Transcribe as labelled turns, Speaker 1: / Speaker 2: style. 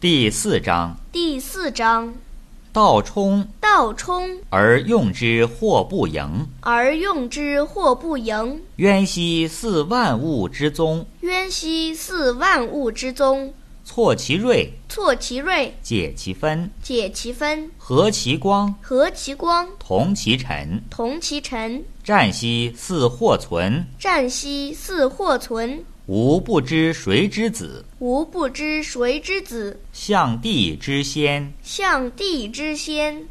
Speaker 1: 第四章：
Speaker 2: 第四章：
Speaker 1: 道冲
Speaker 2: 道冲
Speaker 1: 而用之，或不盈；
Speaker 2: 而用之，或不盈。
Speaker 1: 渊兮似万物之宗，
Speaker 2: 渊兮似万物之宗，
Speaker 1: 错其锐，
Speaker 2: 错其锐，
Speaker 1: 解其分，
Speaker 2: 解其分，
Speaker 1: 和其光，
Speaker 2: 和其光，
Speaker 1: 同其尘。
Speaker 2: 同其尘。
Speaker 1: 湛兮似或存，
Speaker 2: 湛兮似或存，
Speaker 1: 吾不知谁之子，
Speaker 2: 吾不知谁之子。
Speaker 1: 象帝之先，
Speaker 2: 象帝之先，